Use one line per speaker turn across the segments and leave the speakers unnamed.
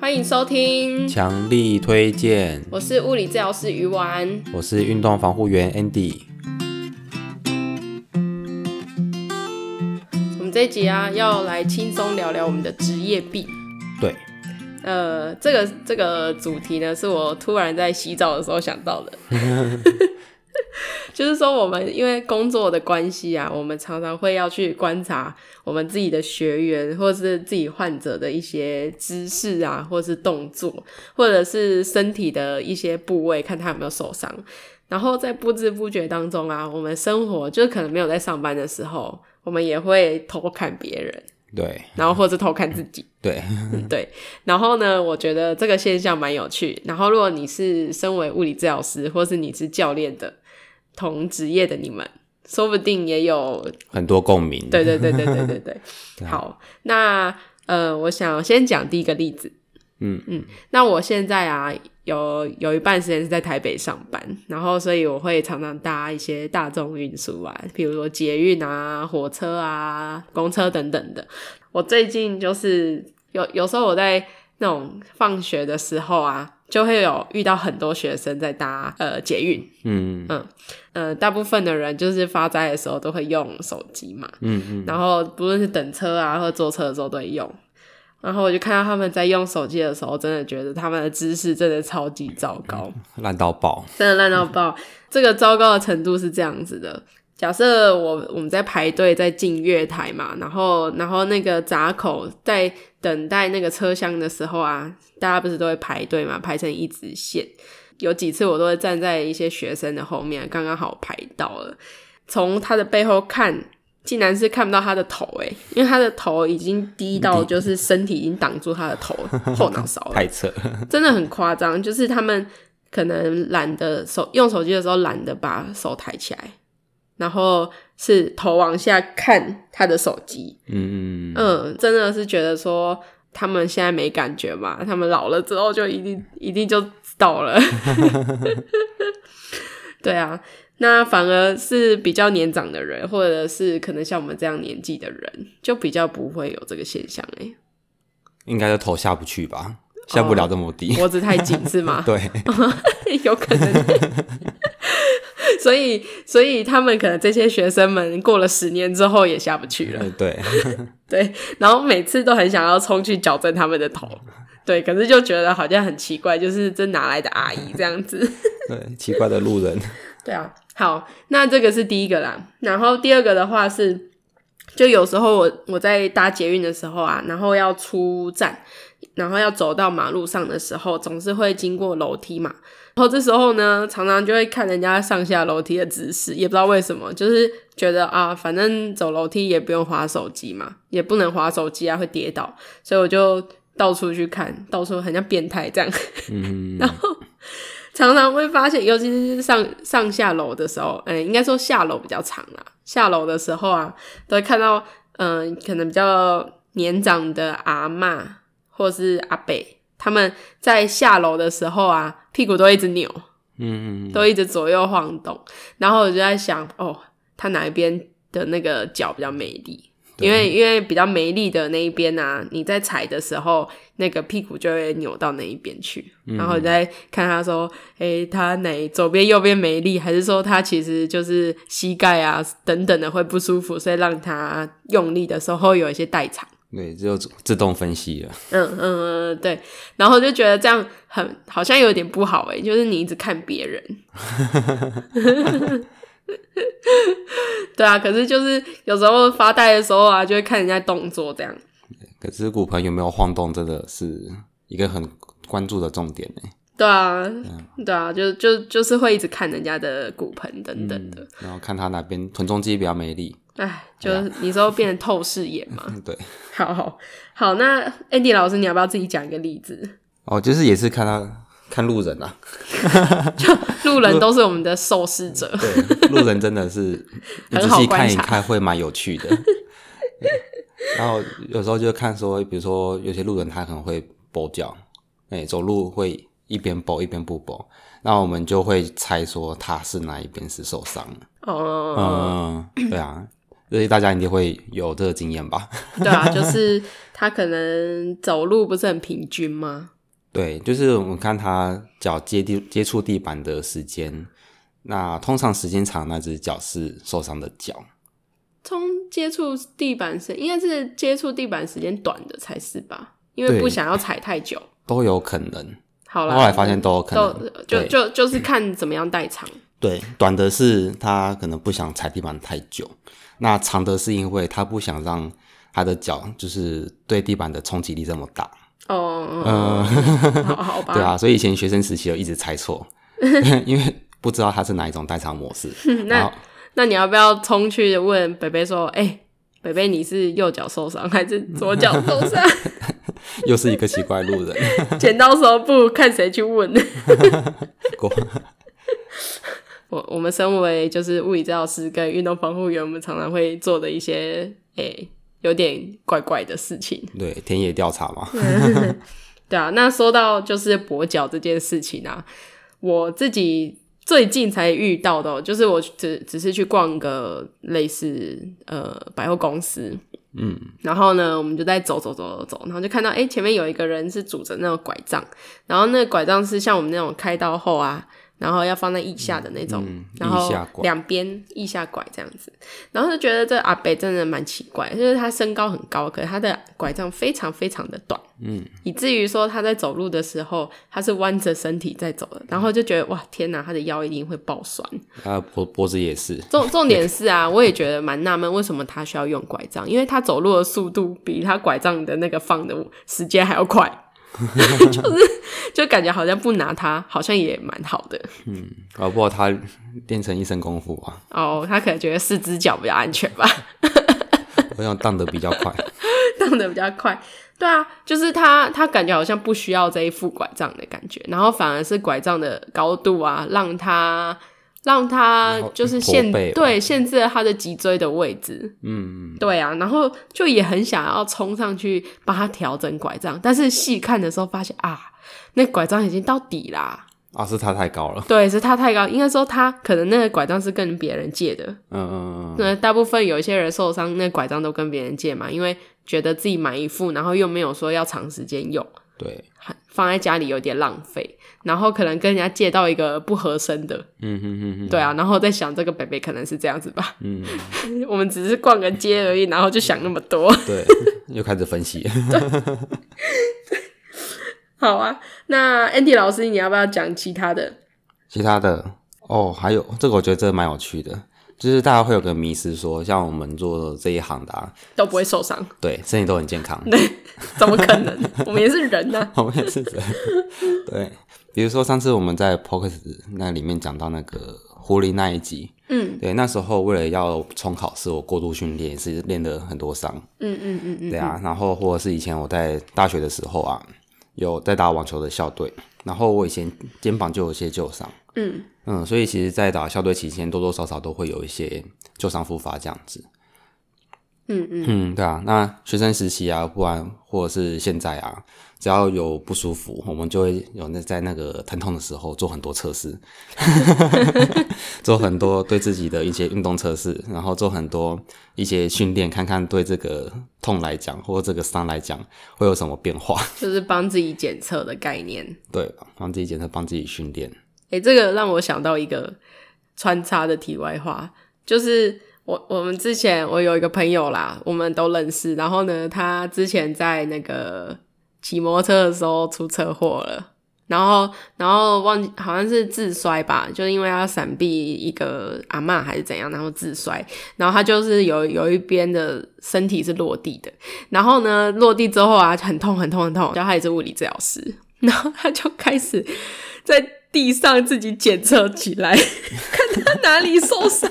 欢迎收听，
强力推荐，
我是物理治疗师鱼丸。
我是运动防护员 Andy。
我们这一集啊，要来轻松聊聊我们的职业病。
对，
呃，这个这个主题呢，是我突然在洗澡的时候想到的， 就是说我们因为工作的关系啊，我们常常会要去观察我们自己的学员或是自己患者的一些姿势啊，或是动作，或者是身体的一些部位，看他有没有受伤。然后在不知不觉当中啊，我们生活就是可能没有在上班的时候，我们也会偷看别人，
对，
然后或者是偷看自己。
对，
对，然后呢，我觉得这个现象蛮有趣。然后，如果你是身为物理治疗师，或是你是教练的同职业的你们，说不定也有。
很多共鸣。
对对对对对对对。好，那呃，我想先讲第一个例子。
嗯
嗯，那我现在啊，有有一半时间是在台北上班，然后所以我会常常搭一些大众运输啊，比如说捷运啊、火车啊、公车等等的。我最近就是有有时候我在那种放学的时候啊，就会有遇到很多学生在搭呃捷运，
嗯
呃，大部分的人就是发呆的时候都会用手机嘛，
嗯嗯，
然后不论是等车啊，或坐车的时候都会用。然后我就看到他们在用手机的时候，真的觉得他们的姿势真的超级糟糕，
烂到爆。
真的烂到爆。这个糟糕的程度是这样子的：假设我我们在排队在进月台嘛，然后然后那个闸口在等待那个车厢的时候啊，大家不是都会排队嘛，排成一直线。有几次我都会站在一些学生的后面，刚刚好排到了，从他的背后看。竟然是看不到他的头诶、因为他的头已经低到，就是身体已经挡住他的头了后脑勺了，
太扯了。
真的很夸张，就是他们可能懒得手用手机的时候懒得把手抬起来，然后是头往下看他的手机。
嗯嗯嗯，
嗯，真的是觉得说他们现在没感觉嘛，他们老了之后就一定一定就知道了。对啊，那反而是比较年长的人，或者是可能像我们这样年纪的人，就比较不会有这个现象哎、
应该是头下不去吧，下不了这么低。
脖子太紧是 吗？
对，
有可能。所以，所以他们可能这些学生们过了十年之后也下不去了，
呃对，
对。然后每次都很想要冲去矫正他们的头，对。可是就觉得好像很奇怪，就是这哪来的阿姨这样子？
对，奇怪的路人。
对啊，好，那这个是第一个啦。然后第二个的话是，就有时候我我在搭捷运的时候啊，然后要出站，然后要走到马路上的时候，总是会经过楼梯嘛。然后这时候呢，常常就会看人家上下楼梯的姿势，也不知道为什么，就是觉得啊，反正走楼梯也不用滑手机嘛，也不能滑手机啊，会跌倒，所以我就到处去看，到处很像变态这样。
嗯，
常常会发现，尤其是上上下楼的时候，嗯、应该说下楼比较长啦。下楼的时候啊，都会看到，嗯、可能比较年长的阿嬷或是阿伯，他们在下楼的时候啊，屁股都一直扭，
嗯嗯
都一直左右晃动。然后我就在想，哦，他哪一边的那个脚比较美丽？因为因为比较美丽的那一边啊，你在踩的时候，那个屁股就会扭到那一边去。然后你再看他说，诶、他哪左边右边没力，还是说他其实就是膝盖啊等等的会不舒服，所以让他用力的时候有一些代偿。
对，就自动分析了。
嗯嗯嗯，嗯对。然后就觉得这样很好像有点不好诶、就是你一直看别人。 对啊，可是就是有时候发呆的时候啊，就会看人家动作这样。
可是骨盆有没有晃动，真的是一个很关注的重点呢。欸
对啊，对啊，就就就是会一直看人家的骨盆等等的。
嗯然后看他哪边臀中肌比较没力。
哎、就是你说变成透视眼 嘛。
对，
好好好，那 Andy 老师，你要不要自己讲一个例子？
哦，就是也是看他看路人啊。
路人都是我们的受试 者，
对，路人真的是 你
很
仔
好
细
观
看一
察
看会蛮有趣的。然后有时候就看说，比如说有些路人他可能会跛脚，哎、走路会一边跛一边不跛，那我们就会猜说他是哪一边是受伤了。
哦、
嗯，对啊，所以大家一定会有这个经验吧？
对啊，就是他可能走路不是很平均吗？
对，就是我们看他脚接地接触地板的时间，那通常时间长，那只脚是受伤的脚。
冲接触地板时，应该是接触地板时间短的才是吧？因为不
对
想要踩太久。
都有可能。
好啦，
后来发现都有可
都
能，
就
对
就就是看怎么样代偿。
对，短的是他可能不想踩地板太久，那长的是因为他不想让他的脚就是对地板的冲击力这么大。
哦，
嗯，
好好吧，
对啊，所以以前学生时期有一直猜错， 因为不知道他是哪一种代偿模式。然后
那那你要不要冲去问北北说，哎、北北你是右脚受伤还是左脚受伤？
又是一个奇怪路人，
剪刀石头布，看谁去问。
果
我我们身为就是物理治疗师跟运动防护员，我们常常会做的一些诶、有点怪怪的事情。
对田野调查嘛，
对啊，那说到就是跛脚这件事情啊，我自己最近才遇到的哦、就是我只只是去逛个类似呃百货公司，
嗯，
然后呢，我们就在走走走走走，然后就看到哎、诶前面有一个人是拄着那个拐杖，然后那个拐杖是像我们那种开刀后啊，然后要放在腋下的那种，
嗯
然后
腋下拐
两边腋下拐这样子，然后就觉得这阿北真的蛮奇怪，就是他身高很高，可是他的拐杖非常非常的短，
嗯，
以至于说他在走路的时候他是弯着身体在走的，然后就觉得哇天哪，他的腰一定会爆酸。
他呃脖脖子也是，
重重点是啊，我也觉得蛮纳闷，为什么他需要用拐杖？因为他走路的速度比他拐杖的那个放的时间还要快， 就是就感觉好像不拿它，好像也蛮好的
搞呃不好他练成一身功夫啊，
哦。他可能觉得四只脚比较安全吧，
我想荡得比较快。
荡得比较快。对啊，就是他，他感觉好像不需要这一副拐杖的感觉，然后反而是拐杖的高度啊，让他让他
然后
就是
驼
限
背吧哦
对限制了他的脊椎的位置。
嗯，
对啊，然后就也很想要冲上去帮他调整拐杖，但是细看的时候发现啊，那拐杖已经到底啦。
啊，是他太高了。
对，是他太高，应该说他可能那个拐杖是跟别人借的。
嗯嗯嗯嗯，
那大部分有一些人受伤，那拐杖都跟别人借嘛，因为觉得自己买一副，然后又没有说要长时间用，
对，
放在家里有点浪费，然后可能跟人家借到一个不合身的，
嗯哼哼哼，
对啊，然后在想这个北北可能是这样子吧，
嗯，
我们只是逛个街而已，然后就想那么多。
对，又开始分析。
好啊，那 Andy 老师，你要不要讲其他的？
其他的哦，还有这个我觉得这个蛮有趣的，就是大家会有个迷失说，像我们做这一行的、啊，
都不会受伤，
对，身体都很健康，
怎么可 能？我们也是人啊呐、
我们也是这样。对，比如说上次我们在 p o c k e t 那里面讲到那个狐狸那一集，
嗯
对，那时候为了要冲考试，我过度训练也是练了很多伤，
嗯嗯嗯嗯，
对啊，然后或者是以前我在大学的时候啊，有在打网球的校队，然后我以前肩膀就有一些旧伤，
嗯
嗯，所以其实，在打校队期间，多多少少都会有一些旧伤复发这样子。
嗯嗯，
嗯，对啊，那学生时期啊，不然或者是现在啊，只要有不舒服，我们就会有那在那个疼痛的时候做很多测 试， 做很多对自己的一些运动测试，然后做很多一些训练，看看对这个痛来讲或这个伤来讲会有什么变化。
就是帮自己检测的概念。
对，帮自己检测，帮自己训练。
诶、这个让我想到一个穿插的题外话，就是我我们之前我有一个朋友啦，我们都认识，然后呢，他之前在那个骑摩托车的时候出车祸了。然后，然后忘记好像是自摔吧，就是因为他闪避一个阿嬷还是怎样，然后自摔，然后他就是有有一边的身体是落地的，然后呢落地之后啊很痛很痛很痛，然后他也是物理治疗师，然后他就开始在地上自己检测起来， 看他哪里受伤。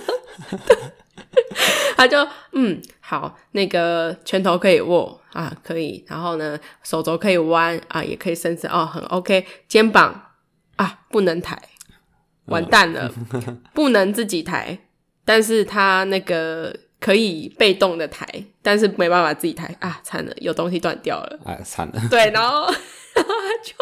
他就嗯，好，那个拳头可以握啊，可以，然后呢，手肘可以弯啊，也可以伸直哦，很 OK。肩膀啊，不能抬，完蛋了， 不能自己抬，但是他那个可以被动的抬，但是没办法自己抬啊，惨了，有东西断掉了。
哎，惨了，
对，然后然后他就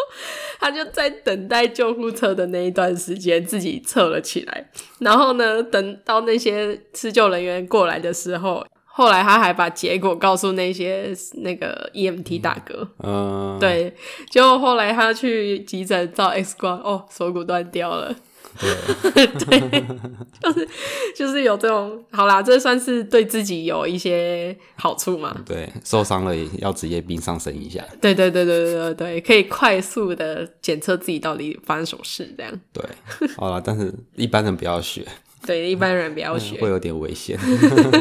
他就在等待救护车的那一段时间，自己侧了起来。然后呢，等到那些施救人员过来的时候，后来他还把结果告诉那些那个 EMT 大哥。
嗯，，
对，结果后来他去急诊照 X 光，哦，锁骨断掉了。 对，就是就是有这种，好啦，这算是对自己有一些好处嘛。
对，受伤了也要职业病上升一下。
对对对对对对对，可以快速的检测自己到底发生什么事，这样
对，好了，但是一般人不要学，
对一般人不要学
嗯会，有点 危险。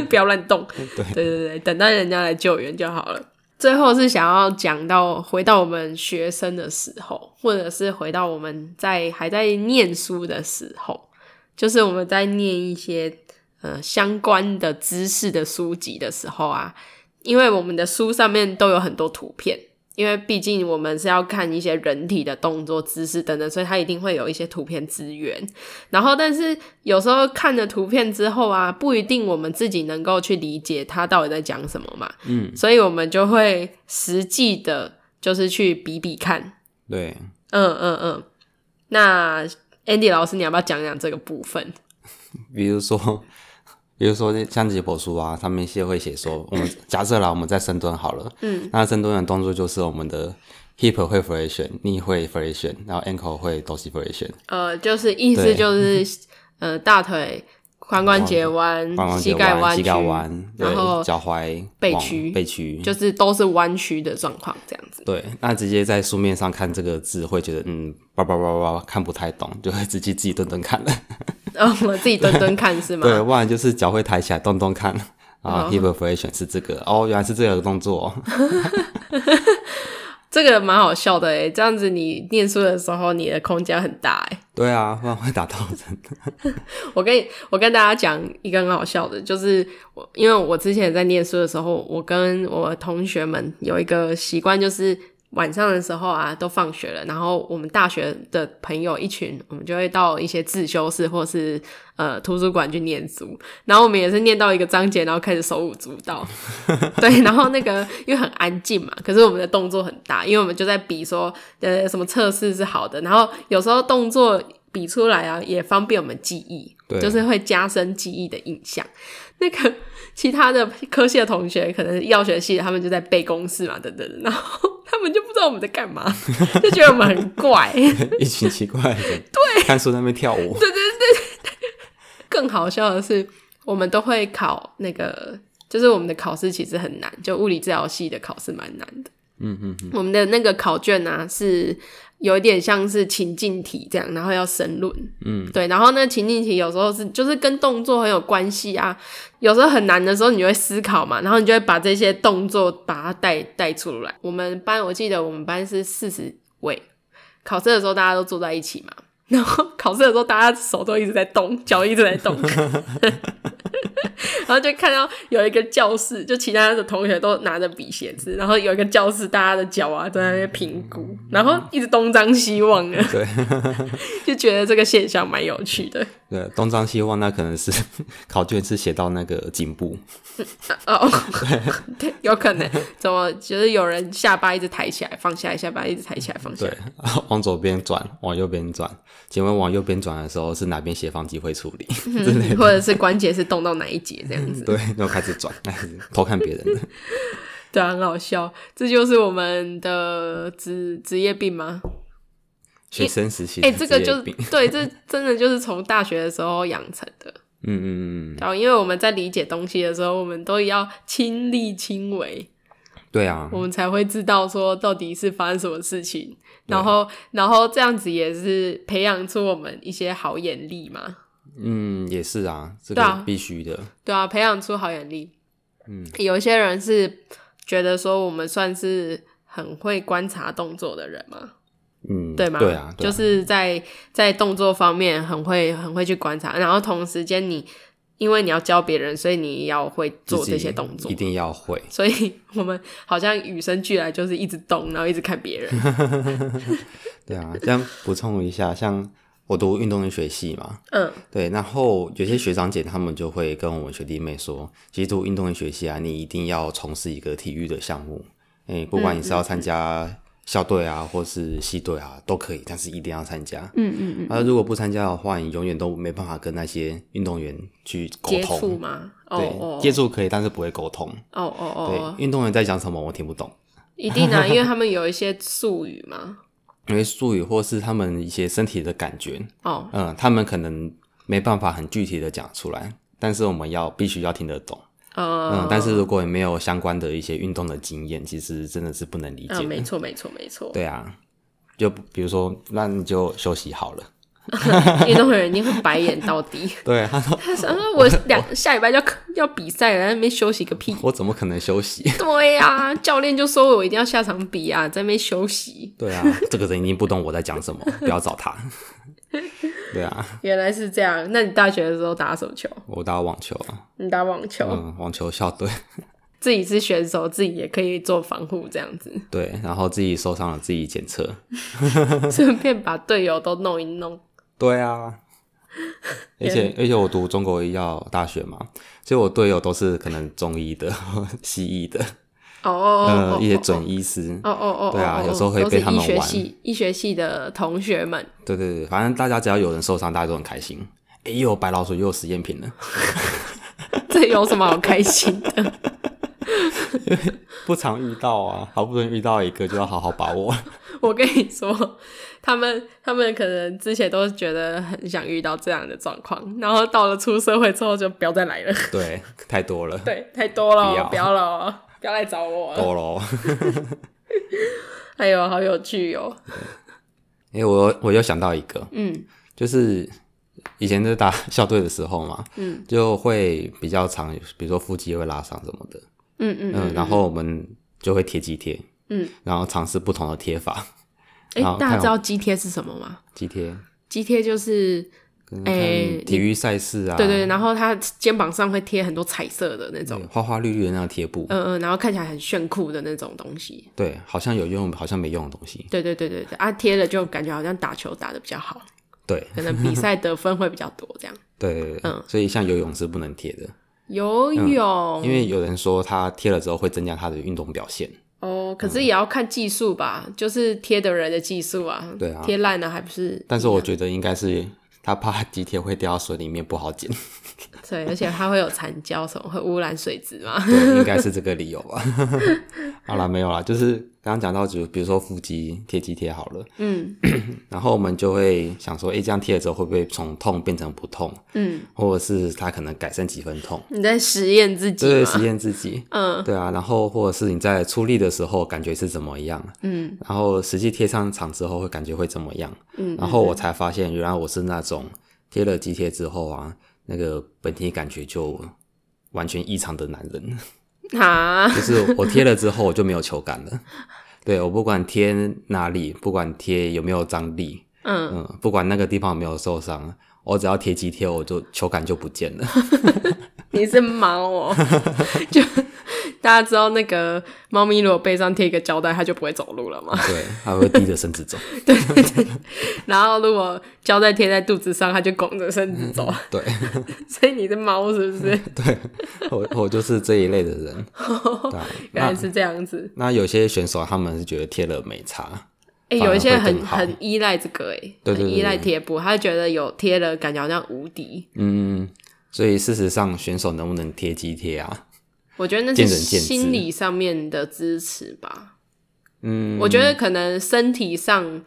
不要乱动。对对对对，等待人家来救援就好了。最后是想要讲到回到我们学生的时候，或者是回到我们在还在念书的时候，就是我们在念一些呃相关的知识的书籍的时候啊，因为我们的书上面都有很多图片，因为毕竟我们是要看一些人体的动作、姿势等等，所以它一定会有一些图片资源。然后，但是有时候看了图片之后啊，不一定我们自己能够去理解它到底在讲什么嘛，
嗯，
所以我们就会实际的，就是去比比看，
对，
嗯嗯嗯。那 Andy 老师，你要不要讲讲这个部分？
比如说，比如说像解剖书啊，上面是会写说，我们 假设啦，我们在深蹲好了，嗯，那深蹲的动作就是我们的 hip 会 flexion，knee 会 flexion，然后 ankle 会 dorsiflexion，
呃，就是意思
对
就是， 呃，大腿、髋关节弯、
髋嗯关节
嗯膝盖
弯、
弯
膝
曲、
盖弯，对
然后，
脚踝
背
往
屈
背屈，
就是都是弯曲的状况，这 样子。
对，那直接在书面上看这个字，会觉得嗯，叭叭叭叭看不太懂，就会直接自己蹲蹲看了。
然后哦我自己蹲蹲看是吗？
对，不然就是脚会抬起来动 动看，啊、
哦
h i p flexion 是这个，哦，原来是这个动作，
这个蛮好笑的欸诶，这样子你念书的时候，你的空间很大诶。
对啊，不然会打到人。
我跟你我跟大家讲一个很好笑的，就是我因为我之前在念书的时候，我跟我同学们有一个习惯，就是晚上的时候啊，都放学了，然后我们大学的朋友一群，我们就会到一些自修室或是呃图书馆去念书，然后我们也是念到一个章节，然后开始手舞足蹈，对，然后那个因为很安静嘛，可是我们的动作很大，因为我们就在比说呃什么测试是好的，然后有时候动作比出来啊，也方便我们记忆，
对
就是会加深记忆的印象。那个其他的科系的同学，可能药学系的他们就在背公式嘛，等等，然后他们就不知道我们在干嘛，就觉得我们很怪。
一群奇怪的人，对，看书在那边跳舞，
更好笑的是，我们都会考那个，就是我们的考试其实很难，就物理治疗系的考试蛮难的。
嗯嗯嗯，
我们的那个考卷啊，是有一点像是情境题这样，然后要申论，
嗯，
对，然后那情境题有时候是就是跟动作很有关系啊，有时候很难的时候，你就会思考嘛，然后你就会把这些动作把它带带出来。我们班我记得我们班是四十位，考试的时候大家都坐在一起嘛，然后考试的时候大家手都一直在动，脚一直在动。然后就看到有一个教室，就其他的同学都拿着笔写字，然后有一个教室，大家的脚啊都在那边评估，然后一直东张西望的，
嗯对
就觉得这个现象蛮有趣的。
对，东张西望，那可能是 考卷是写到那个颈部，
哦，对，有可能怎么就是有人下巴一直抬起来，放下来，下巴一直抬起来，放下
对
来。，
往左边转，往右边转，请问往右边转的时候是哪边斜方肌会处 理？
嗯或者是关节是动到哪一节这样子，
对，又开始转， 开始偷看别 人的，
对啊，很好笑。这就是我们的职职业病吗？
学生时期
哎、
的
这个
职业
就
病
对，这真的就是从大学的时候养成的。
嗯嗯嗯，
然后，因为我们在理解东西的时候，我们都要亲力亲为，
对啊，
我们才会知道说到底是发生什么事情。然后，然后这样子也是培养出我们一些好眼力嘛。
嗯，也是啊，这
对啊
个必须的，
对啊，培养出好眼力。
嗯，
有一些人是觉得说我们算是很会观察动作的人嘛，
嗯，
对吗？
对啊，对
就
啊
是在在动作方面很会很会去观察，然后同时间你因为你要教别人，所以你也要会
自
做
己
这些动作
一。定要会，
所以 我们好像与生俱来就是一直动，然后一直看别人。
对啊， 这样补充一下，像我读运动医学系嘛，
嗯，
对，然后有些学长姐他们就会跟我们学弟妹说，其实读运动医学系啊，你一定要从事一个体育的项目，哎、不管你是要参加校队啊，或是系队啊，都可以，但是一定要参加。
嗯嗯嗯，
那、如果不参加的话，你永远都没办法跟那些运动员去沟
接触
通。
吗？哦
对，
哦，
接触可以，但是不会沟通。
哦哦哦，
对，运动员在讲什么我听不懂，
一定啊，因为他们有一些术语嘛。
因为术语或是他们一些身体的感觉，
哦，
嗯，他们可能没办法很具体的讲出来，但是我们要必须要听得懂。
呃，
嗯，但是如果你没有相关的一些运动的经验，其实真的是不能理
啊，
解
没
的。
错没错没错，
对啊，就比如说，那你就休息好 了。
运动员一定会白眼到底。
对，他说！
他说啊：“我两下礼拜就要要比赛了，在那边休息个屁
我怎么可能 休息？
对呀、教练就说我一定要下场比啊，在那边休息。
对啊，这个人一定不懂我在讲什么， 不要找他。对啊，
原来是这样。那你大学的时候打什么球？
我打网球啊，
你打网球，
嗯，网球校队，
自己是选手，自己也可以做防护，这样子，
对，然后自己受伤了自己检测。
顺便把队友都弄一弄。
对啊， 而 且而且我读中国医药大学嘛，所以我队友都是可能中医的、 西医的，
哦哦哦
呃，
哦，
一些
哦
准医师。
哦哦哦，
对啊
哦
有时候会
都是
被他们
医学
玩
系医学系的同学们，
对对对，反正大家只要有人受伤，大家都很开心。诶又有白老鼠，又有实验品了，
这有什么好开心 的？
不常遇到啊，好不容易遇到一个，就要好好把握。
我跟你说，他们他们可能之前都觉得很想遇到这样的状况，然后到了出社会之后就不要再来了。
对，太多了，
对，太多了
不
哦，
要
不要了哦，不要来找我了。
多了哦。
哎呦，好有趣哦。
诶哎我我又想到一个，
嗯
就是以前在打校队的时候嘛，
嗯
就会比较常，比如说腹肌会拉伤什么的，
嗯嗯
嗯，然后我们就会贴肌贴，
嗯，
然后尝试不同的贴法，
哎、
好
大家
看
知道肌贴是什么吗？
肌贴，
肌贴就是
跟看
诶
体育赛事啊，
对对，然后他肩膀上会贴很多彩色的那种，
对花花绿绿的那个贴布，
嗯嗯，然后看起来很炫酷的那种东西。
对，好像有用，好像没用的东西，
对对对对对，啊，贴了就感觉好像打球打的比较好，
对
可能比赛得分会比较多这样。
对对，对
嗯
所以像游泳是不能贴的，
游泳、
嗯因为有人说他贴了之后会增加他的运动表现，
哦，可是也要看技术吧，就是贴的人的技术啊。
对啊
贴烂了还不是？
但是我觉得应该是他怕肌贴会掉到水里面不好捡，
对，而且它会有残胶什么，会污染水质嘛。
对，应该是这个理由吧。 好啦，没有啦，就是刚刚讲到，就比如说腹肌贴肌贴好了，
嗯
然后我们就会想说，诶、这样贴了之后会不会从痛变成不痛，
嗯，
或者是它可能改善几分痛，
你在实验自己
这是
吗？
实验自己。
啊嗯
对啊，然后或者是你在出力的时候感觉是怎么样，
嗯
然后实际贴上场之后会感觉会怎么样，
嗯，
然后我才发现原来我是那种贴了肌贴之后啊，那个本体感觉就完全异常的男人，
啊，
就是我贴了之后我就没有球感了。对我不管贴哪里，不管贴有没有张力，
嗯，
嗯，不管那个地方有没有受伤，我只要贴肌贴，我就球感就不见了。
你是猫哦，就大家知道那个猫咪如果背上贴一个胶带，它就不会走路了嘛。
对，它会低着身子走。
然后如果胶带贴在肚子上，它就拱着身子走。
对，
所以你是猫是不
嗯
是？
我我就是这一类的人。对啊
原来
那
是这样子。
那有些选手他们是觉得贴了没差，
哎、
反
有
而
一些
会
很
更好
很依赖这个、欸，
对对
很
对
依赖
对
贴布，他觉得有贴了，感觉好像无敌。
嗯，所以事实上选手能不能贴肌贴啊？
我觉得那是
见仁见智
心理上面的支持吧。
嗯，
我觉得可能身体上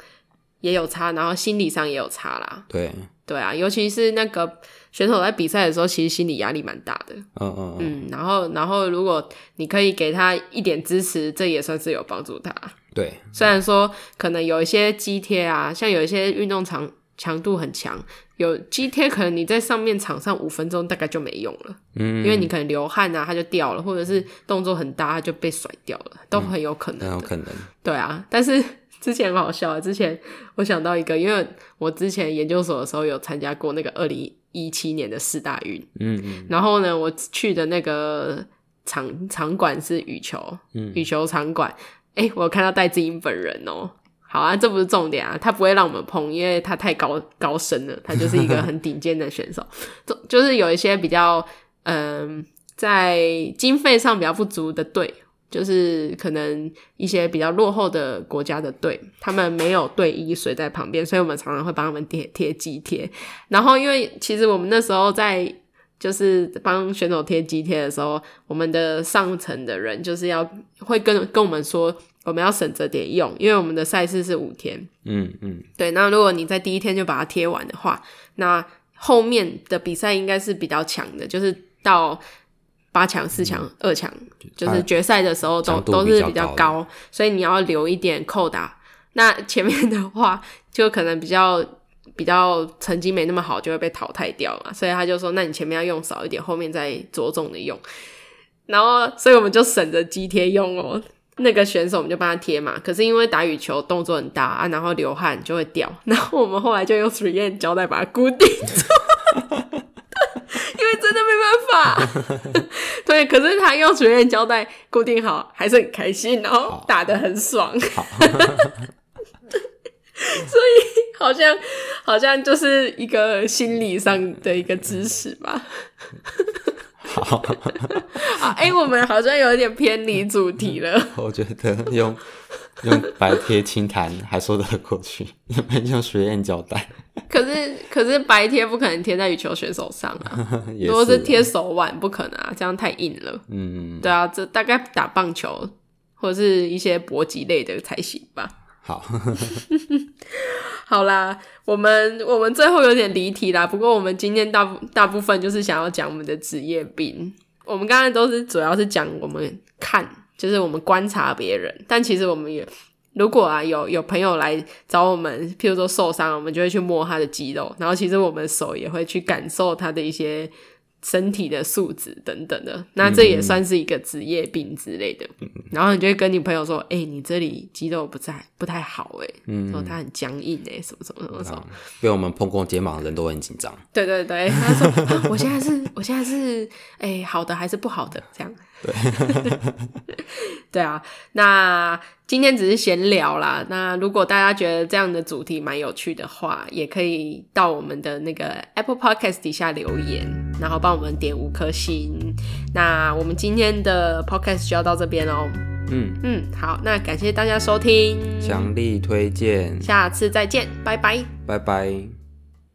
也有差，然后心理上也有差啦。
对，
对啊，尤其是那个选手在比赛的时候，其实心理压力蛮大的。
嗯嗯嗯，
嗯，然后然后如果你可以给他一点支持，这也算是有帮助他。
对，
虽然说可能有一些肌贴啊，像有一些运动强强度很强，有肌贴可能你在上面场上五分钟大概就没用了，
嗯，
因为你可能流汗啊，它就掉了，或者是动作很大，它就被甩掉了，都很有可能
嗯很有
的。
可能，
对啊，但是之前很好笑啊，之前我想到一个，因为我之前研究所的时候有参加过那个二零一七年的四大运，
嗯嗯
然后呢，我去的那个场场馆是羽球，
嗯
羽球场馆。哎、我有看到戴志颖本人哦、好啊，这不是重点啊，他不会让我们碰，因为他太高高深了，他就是一个很顶尖的选手。就呃就是有一些比较嗯、在经费上比较不足的队，就是可能一些比较落后的国家的队，他们没有队医随在旁边，所以我们常常会帮他们贴贴肌贴。然后因为其实我们那时候在就是帮选手贴肌贴的时候，我们的上层的人就是要会跟跟我们说，我们要省着点用，因为我们的赛事是五天，
嗯嗯，
对，那如果你在第一天就把它贴完的话，那后面的比赛应该是比较强的，就是到八强、四强、二强，就是决赛的时候都
强度
都
比
是
较
比较
高的
高，所以你要留一点扣打。那前面的话，就可能比较比较成绩没那么好，就会被淘汰掉啊嘛。所以他就说，那你前面要用少一点，后面再着重的用。然后，所以我们就省着肌贴用哦。那个选手我们就帮他贴嘛，可是因为打羽球动作很大啊，然后流汗就会掉， 然后我们后来就用 three n 胶带把它固 定住，因为真的没办法。 对，可是他用 three n 胶带固定好，还是很开心，然后
好
打得很爽。
好，
好像好像就是一个心理上的一个知识吧。
好，
啊，哎、我们好像有点偏离主题 了。
我觉得用用白贴清弹还说得过去，因为用学院胶带
可是可是白贴不可能贴在羽球选手上啊，
也
如果
是
是
啊
贴手腕不可能啊，这样太硬了。
嗯，
对啊，这大概打棒球或者是一些搏击类的才行吧。
好，
好啦，我们我们最后有点离题啦，不过我们今天大部大部分就是想要讲我们的职业病。我们刚才都是主要是讲我们看，就是我们观察别人，但其实我们也如果啊有有朋友来找我们，譬如说受伤，我们就会去摸他的肌肉，然后其实我们手也会去感受他的一些身体的素质等等的，那这也算是一个职业病之类的。然后你就会跟你朋友说：“哎、你这里肌肉不在不太好哎、
嗯
说他很僵硬哎、什么什么什么什么。
被我们碰过肩膀的人都会很紧张，
对对对，他说、啊、我现在是，我现在是，哎、好的还是不好的这样。对， 对啊。那今天只是闲聊啦。那如果大家觉得这样的主题蛮有趣的话，也可以到我们的那个 Apple Podcast 底下留言，然后帮我们点五颗星。那我们今天的 Podcast 就要到这边喽。
嗯，
嗯，好，那感谢大家收听，
强力推荐，
下次再见，拜拜。
拜拜。